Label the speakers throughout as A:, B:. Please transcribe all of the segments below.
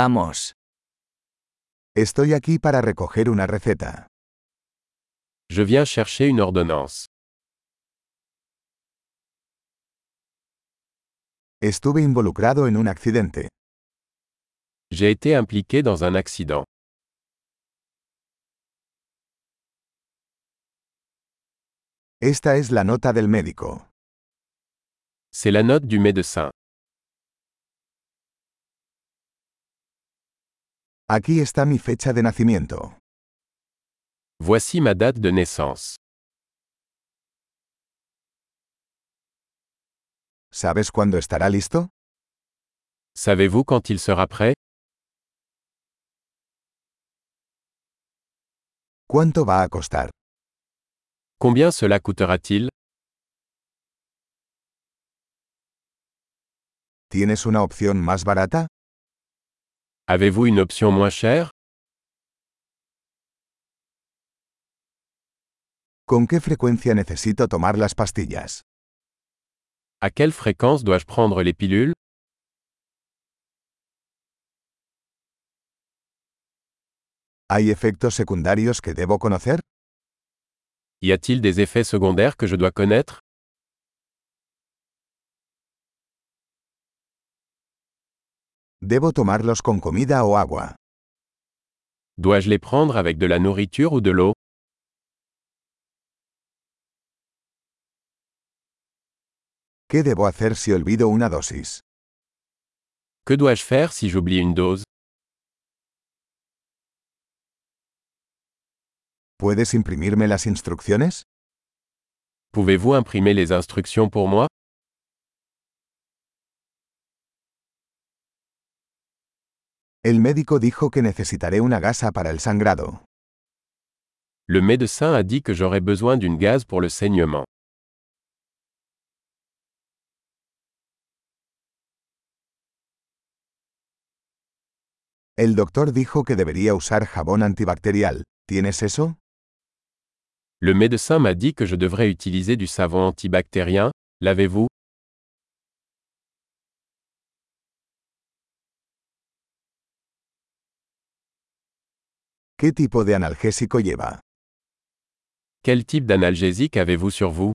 A: Vamos.
B: Estoy aquí para recoger una receta.
C: Je viens chercher une ordonnance.
B: Estuve involucrado en un accidente.
C: J'ai été impliqué dans un accident.
B: Esta es la nota del médico.
C: C'est la note du médecin.
B: Aquí está mi fecha de nacimiento.
C: Voici ma date de naissance.
B: ¿Sabes cuándo estará listo?
C: Savez-vous quand il sera prêt
B: ¿Cuánto va a costar?
C: Combien cela coûtera-t-il
B: ¿Tienes una opción más barata?
C: Avez-vous une option moins chère
B: ¿Con qué frecuencia necesito tomar las pastillas?
C: À quelle fréquence dois-je prendre les pilules
B: ¿Hay efectos secundarios que debo conocer?
C: Y a-t-il des effets secondaires que je dois connaître
B: ¿Debo tomarlos con comida o agua?
C: Dois-je les prendre avec de la nourriture ou de l'eau
B: ¿Qué debo hacer si olvido una dosis?
C: Que dois-je faire si j'oublie une dose
B: ¿Puedes imprimirme las instrucciones?
C: Pouvez-vous imprimer les instructions pour moi
B: El médico dijo que necesitaré una gasa para el sangrado.
C: Le médecin a dit que j'aurais besoin d'une gaz pour le saignement.
B: El doctor dijo que debería usar jabón antibacterial. ¿Tienes eso?
C: Le médecin m'a dit que je devrais utiliser du savon antibactérien. L'avez-vous
B: ¿Qué tipo de analgésico lleva?
C: Quel type d'analgésique avez-vous sur vous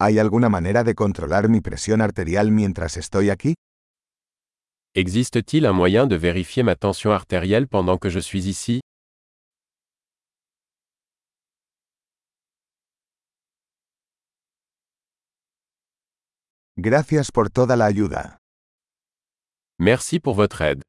B: ¿Hay alguna manera de controlar mi presión arterial mientras estoy aquí?
C: Existe-t-il un moyen de vérifier ma tension artérielle pendant que je suis ici
B: Gracias por toda la ayuda.
C: Merci pour votre aide.